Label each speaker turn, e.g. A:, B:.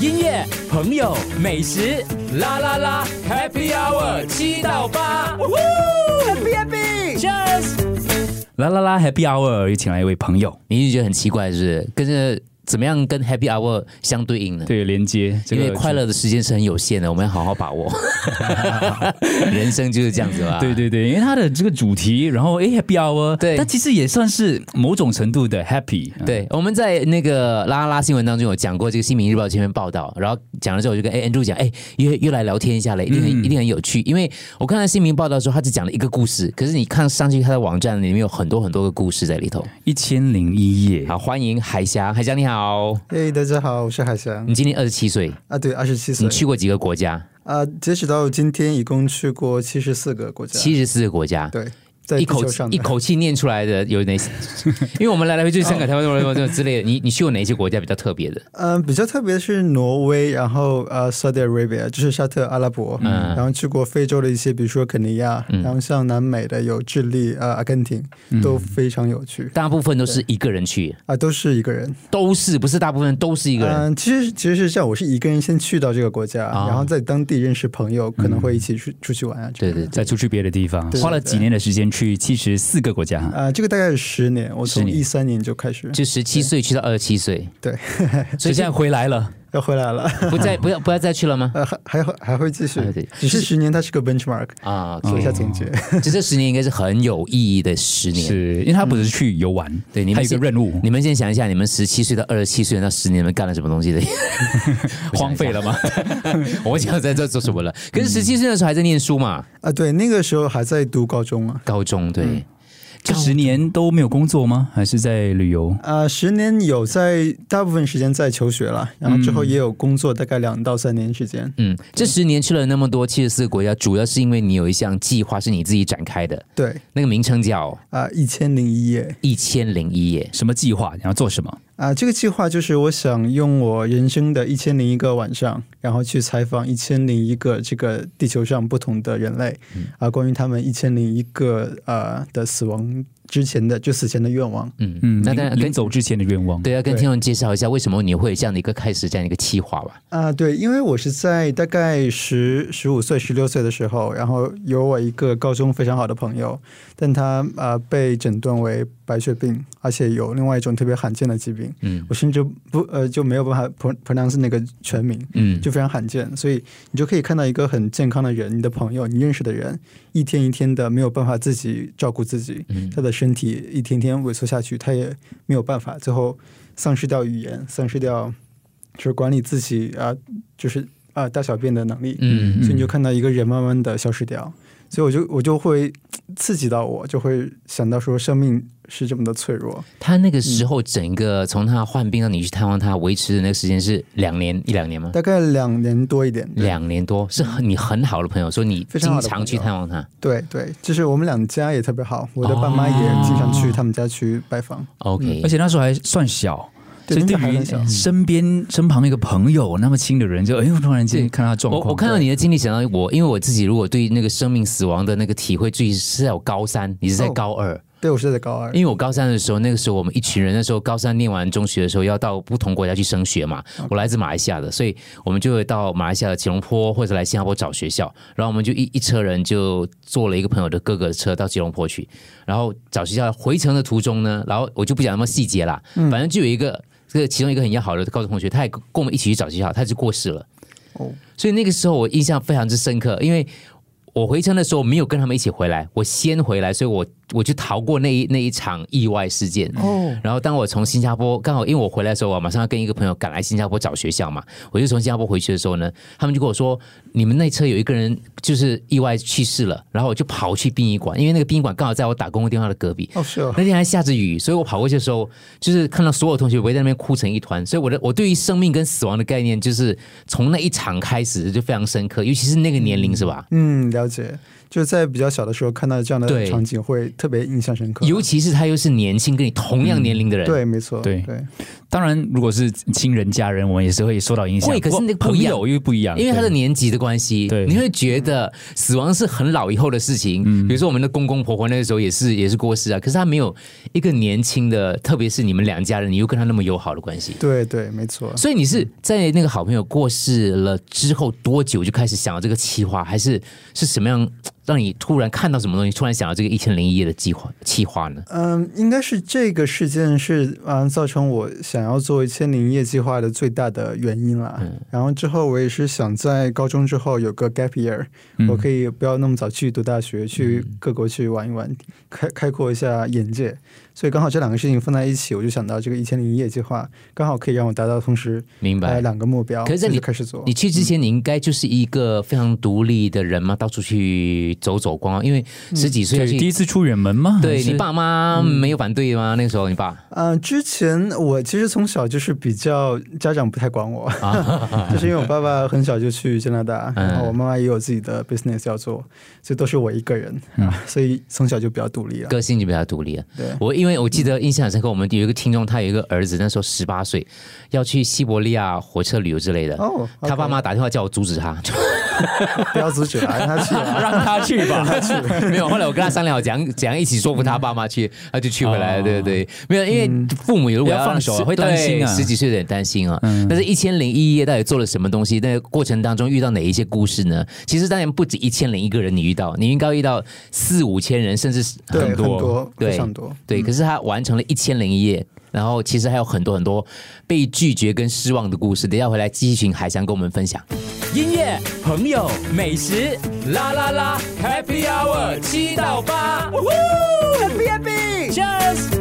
A: 音乐、朋友、美食，啦啦啦，Happy Hour 七到八，Happy Happy，Cheers！啦啦啦，Happy Hour 又请来一位朋友，
B: 你一直觉得很奇怪，是不是？跟着怎么样跟 Happy Hour 相对应呢？
A: 对，连接这
B: 因
A: 个
B: 为快乐的时间是很有限的，我们要好好 把握。人生就是这样子吧。
A: 对对对，因为它的这个主题，然后哎，Happy Hour，
B: 对
A: 它其实也算是某种程度的 Happy，嗯
B: 对，我们在那个拉拉新闻当中有讲过这个《新民日报》这篇报道，然后讲了之后，我就跟哎 Andrew 讲，哎，又又来聊天一下嘞，一定很、
A: 嗯
B: 一定很有趣。因为我看到《新民报》的时候，他只讲了一个故事，可是你看上去他的网站里面有很多很多个故事在里头。
A: 一千零一夜，
B: 好，欢迎海翔，海翔你好，
C: 嘿哎大家好，我是海翔
B: 你今年二十七岁，
C: 啊，对，二十七
B: 嗯
C: 岁
B: 你去过几个国家？
C: 啊，截止到今天一共去过七十四个国家，
A: 啊
B: 七十四个国家。
C: 对，在
B: 一
C: 地
B: 口
C: 球上
B: 一
C: 的
B: 口气念出来的有 哪些？因为我们来来回去香港、台湾、台湾、台湾之类的。你你去过哪些国家比较特别的？
C: 嗯、比较特别的是挪威，然后呃，Saudi Arabia 就是沙特阿拉伯，
B: 嗯
C: 然后去过非洲的一些，比如说肯尼亚，然后像南美的有智利、呃，阿根廷，
B: 嗯
C: 都非常有趣
B: 大部分都是一个人去，
A: 嗯
C: 啊、都是一个人。
B: 都是不是大部分都是一个人。
A: 呃
C: 嗯、其实其实是这样，我是一个人先去到这个国家，
B: 啊嗯
C: 然后在当地认识朋友，可能会一起出、出去玩啊。这
B: 对
C: 样
B: 对对，
A: 再出去别的地方，
C: 对
A: 花了几年的时间去七十四个国家。
C: 啊、这个大概是十年，我
A: 10
C: 从
A: 年
C: 一三年就开始，
B: 就十七岁去到二十七岁，
C: 对，
A: 所以现在回来了，
C: 要回来了。
B: 不再不要不要再去 了吗？
C: 呃，还还会还会继续
B: 还会继续，
C: 只是十年它是个 benchmark，
B: 啊，
C: 做一下
B: OK
C: 总结。
B: 就这十年应该是很有意义的十年。
A: 是因为他不只是去游玩，
B: 对你们
A: 还有一个
B: 是
A: 任 务，
B: 你们先想一下，你们十七岁到二十七岁那十年，你们干了什么东西的？
A: 荒废了 吗？
B: 我想在这做什么了？可是十七岁的时候还在念书嘛，
C: 啊，对，那个时候还在读高中啊，
B: 高中对，
A: 这十年都没有工作吗？还是在旅游？
C: 啊，十年有在大部分时间在求学了，然后之后也有工作，大概两到三年时间。
B: 嗯，这十年去了那么多七十四个国家，主要是因为你有一项计划是你自己展开的，
C: 对，
B: 那个名称叫
C: 啊，一千零一夜
B: “一千零一夜
A: 什么计划？你要做什么？
C: 啊，这个计划就是我想用我人生的一千零一个晚上，然后去采访一千零一个这个地球上不同的人类，
B: 嗯
C: 啊，关于他们一千零一个呃的死亡之前的就死前的愿望。”。
B: 嗯
A: 嗯，
B: 那
A: 临
B: 当然
A: 临
B: 跟
A: 走之前的愿望。
B: 对要啊跟
C: 对
B: 听众介绍一下为什么你会有这样的一个开始这样的一个计划吧。
C: 啊、对，因为我是在大概十十五岁、十六岁的时候，然后有我一个高中非常好的朋友，但他呃被诊断为白血病，而且有另外一种特别罕见的疾病，
B: 嗯
C: 我甚至不呃就没有办法 pro- pronounce 那个全名，
B: 嗯，
C: 就非常罕见，所以你就可以看到一个很健康的人，你的朋友，你认识的人，一天一天的没有办法自己照顾自己，
B: 嗯
C: 他的身体一天天萎缩下去，他也没有办法，最后丧失掉语言，丧失掉就是管理自己啊、就是啊、大小便的能力，
B: 嗯
C: 所以你就看到一个人慢慢的消失掉，所以我就我就会嘖刺激到我，就会想到说生命是这么的脆弱，
B: 他那个时候整个从他患病到你去探望他，维持的那个时间是两年一两年吗？
C: 大概两年多一点，
B: 两年多，是很你很好的朋友，说你
C: 非常
B: 经
C: 好的朋
B: 常
C: 友
B: 去探望他。
C: 对对，就是我们两家也特别好，我的爸妈
B: 哦
C: 也经常去他们家去拜访。
B: OK，
C: 嗯
A: 而且那时候还算小，
C: 对
A: 所以对
C: 那时候还很
A: 于
C: 小
A: 身边身旁一个朋友那么亲的人，就哎呦，突然间
B: 对
A: 看他的状
B: 我
A: 况，
B: 我看到你的经历，想到我，因为我自己如果对那个生命死亡的那个体会，最是在我高三，你是在
C: 哦
B: 高二。
C: 对，我是在高二。
B: 因为我高三的时候，那个时候我们一群人，那时候高三念完中学的时候，要到不同国家去升学嘛。我来自马来西亚的，所以我们就会到马来西亚的吉隆坡或者来新加坡找学校。然后我们就一一车人就坐了一个朋友的哥哥的车到吉隆坡去，然后找学校。回程的途中呢，然后我就不讲那么细节啦，反正就有一个这个其中一个很要好的高中同学，他也跟我们一起去找学校，他就过世了。
C: 哦，
B: 所以那个时候我印象非常之深刻，因为我回程的时候没有跟他们一起回来，我先回来，所以我我就逃过那一那一场意外事件。
C: 哦，
B: 然后当我从新加坡刚好，因为我回来的时候，我马上要跟一个朋友赶来新加坡找学校嘛，我就从新加坡回去的时候呢，他们就跟我说，你们那车有一个人就是意外去世了，然后我就跑去殡仪馆，因为那个殡仪馆刚好在我打工的地方的隔壁，
C: 哦，是哦，
B: 那天还下着雨，所以我跑过去的时候，就是看到所有同学围在那边哭成一团。所以我的我对于生命跟死亡的概念，就是从那一场开始就非常深
C: 嗯
B: 刻，尤其是那个年龄，是吧？
C: 嗯，了解。就在比较小的时候看到这样
B: 对
C: 的场景会特别印象深刻。
B: 尤其是他又是年轻，跟你同样年龄的人，
C: 嗯对，没错，
A: 对
C: 对，
A: 当然，如果是亲人、家人，我们也是会受到影响。
B: 会可是那个不
A: 朋
B: 一样
A: 友又不一样，
B: 因为他的
A: 对
B: 年纪的关系，
A: 对
B: 你会觉得死亡是很老以后的事情。比如说我们的公公婆婆那个时候也是也是过世啊，可是他没有一个年轻的，特别是你们两家人，你又跟他那么友好的关系。
C: 对对，没错。
B: 所以你是在那个好朋友过世了之后多久就开始想到这个计划，还是是什么样让你突然看到什么东西，突然想到这个一千零一夜的计划计划呢？
C: 嗯，应该是这个事件是嗯造成我想要做《一千零一夜》计划的最大的原因啦。
B: 嗯
C: 然后之后我也是想在高中之后有个 gap year，、我
B: 嗯
C: 可以不要那么早去读大学，去各国去玩一玩，开开阔一下眼界。所以刚好这两个事情放在一起，我就想到这个《一千零一夜》计划，刚好可以让我达到同时
B: 明
C: 呃
B: 白。
C: 两个目标，
B: 可是在
C: 所以
B: 你
C: 就开始做
B: 你。去之前，你应该就是一个非常独立的人嘛，到处去走走逛啊逛，因为
C: 嗯
B: 十几岁要去
A: 对第一次出远门嘛，还
B: 对
A: 是
B: 你爸妈没有反对吗？那个时候你爸
C: 嗯、之前我其实从小就是比较家长不太管我， 就是因为我爸爸很小就去加拿大，
B: 啊嗯
C: 然后我妈妈也有自己的 business 要做，所以都是我一个人，
B: 嗯
C: 啊、所以从小就比较独立了。
B: 个性就比较独立了。
C: 对
B: 我因为我记得印象很深刻，我们有一个听众，他有一个儿子，那时候十八岁，要去西伯利亚火车旅游之类的。
C: 哦，
B: 他爸妈打电话叫我阻止他，
C: 不要阻止啊，让他去啊。
A: 让他去 吧。
B: 没有。后来我跟他商量，怎样怎样一起说服他爸妈去，他就去回来了。
A: 哦嗯
B: 对对对，没有，因为父母如果
A: 不要
B: 让
A: 放手
B: 十
A: 会担心啊
B: 对十几岁有点担心啊。
A: 嗯
B: 但是，一千零一夜到底做了什么东西？那个过程当中遇到哪一些故事呢？其实当然不止一千零一个人，你遇到，你应该遇到四五千人，甚至是
C: 对，很
A: 多
B: 对
C: 非常多。嗯
B: 对，可是他完成了一千零一夜，然后其实还有很多很多被拒绝跟失望的故事，等一下回来继续请海翔跟我们分享。
A: 音乐、朋友、美食，啦啦啦，Happy Hour 七到八，Happy Happy，Cheers。